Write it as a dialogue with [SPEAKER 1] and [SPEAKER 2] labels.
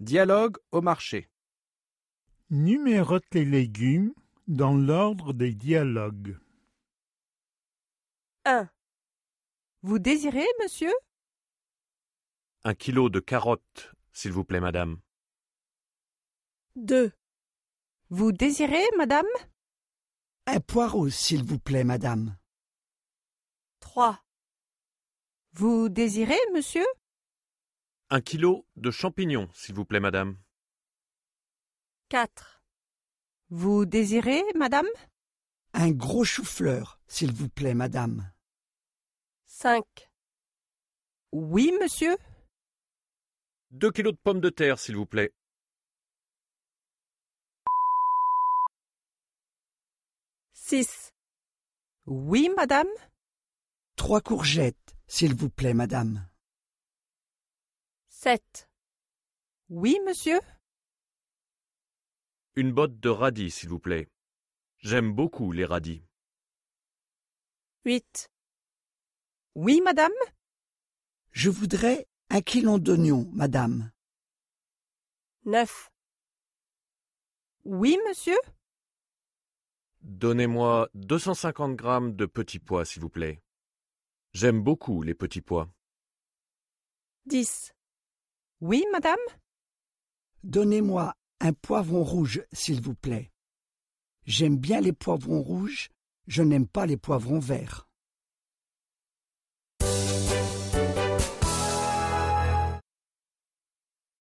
[SPEAKER 1] Dialogue au marché.
[SPEAKER 2] Numérote les légumes dans l'ordre des dialogues.
[SPEAKER 3] 1. Vous désirez, monsieur
[SPEAKER 4] Un kilo de carottes, s'il vous plaît, madame.
[SPEAKER 3] 2. Vous désirez, madame
[SPEAKER 5] Un poireau, s'il vous plaît, madame.
[SPEAKER 3] 3. Vous désirez, monsieur
[SPEAKER 4] Un kilo de champignons, s'il vous plaît, madame.
[SPEAKER 3] 4. Vous désirez, madame
[SPEAKER 5] Un gros chou-fleur, s'il vous plaît, madame.
[SPEAKER 3] 5. Oui, monsieur
[SPEAKER 4] Deux kilos de pommes de terre, s'il vous plaît.
[SPEAKER 3] Six. Oui, madame
[SPEAKER 5] Trois courgettes, s'il vous plaît, madame.
[SPEAKER 3] Sept. Oui, monsieur
[SPEAKER 4] Une botte de radis, s'il vous plaît. J'aime beaucoup les radis.
[SPEAKER 3] Huit. Oui, madame
[SPEAKER 5] Je voudrais un kilon d'oignons, madame.
[SPEAKER 3] Neuf. Oui, monsieur
[SPEAKER 4] Donnez-moi 250 grammes de petits pois, s'il vous plaît. J'aime beaucoup les petits pois.
[SPEAKER 3] Dix. Oui, madame
[SPEAKER 5] Donnez-moi un poivron rouge, s'il vous plaît. J'aime bien les poivrons rouges, je n'aime pas les poivrons verts.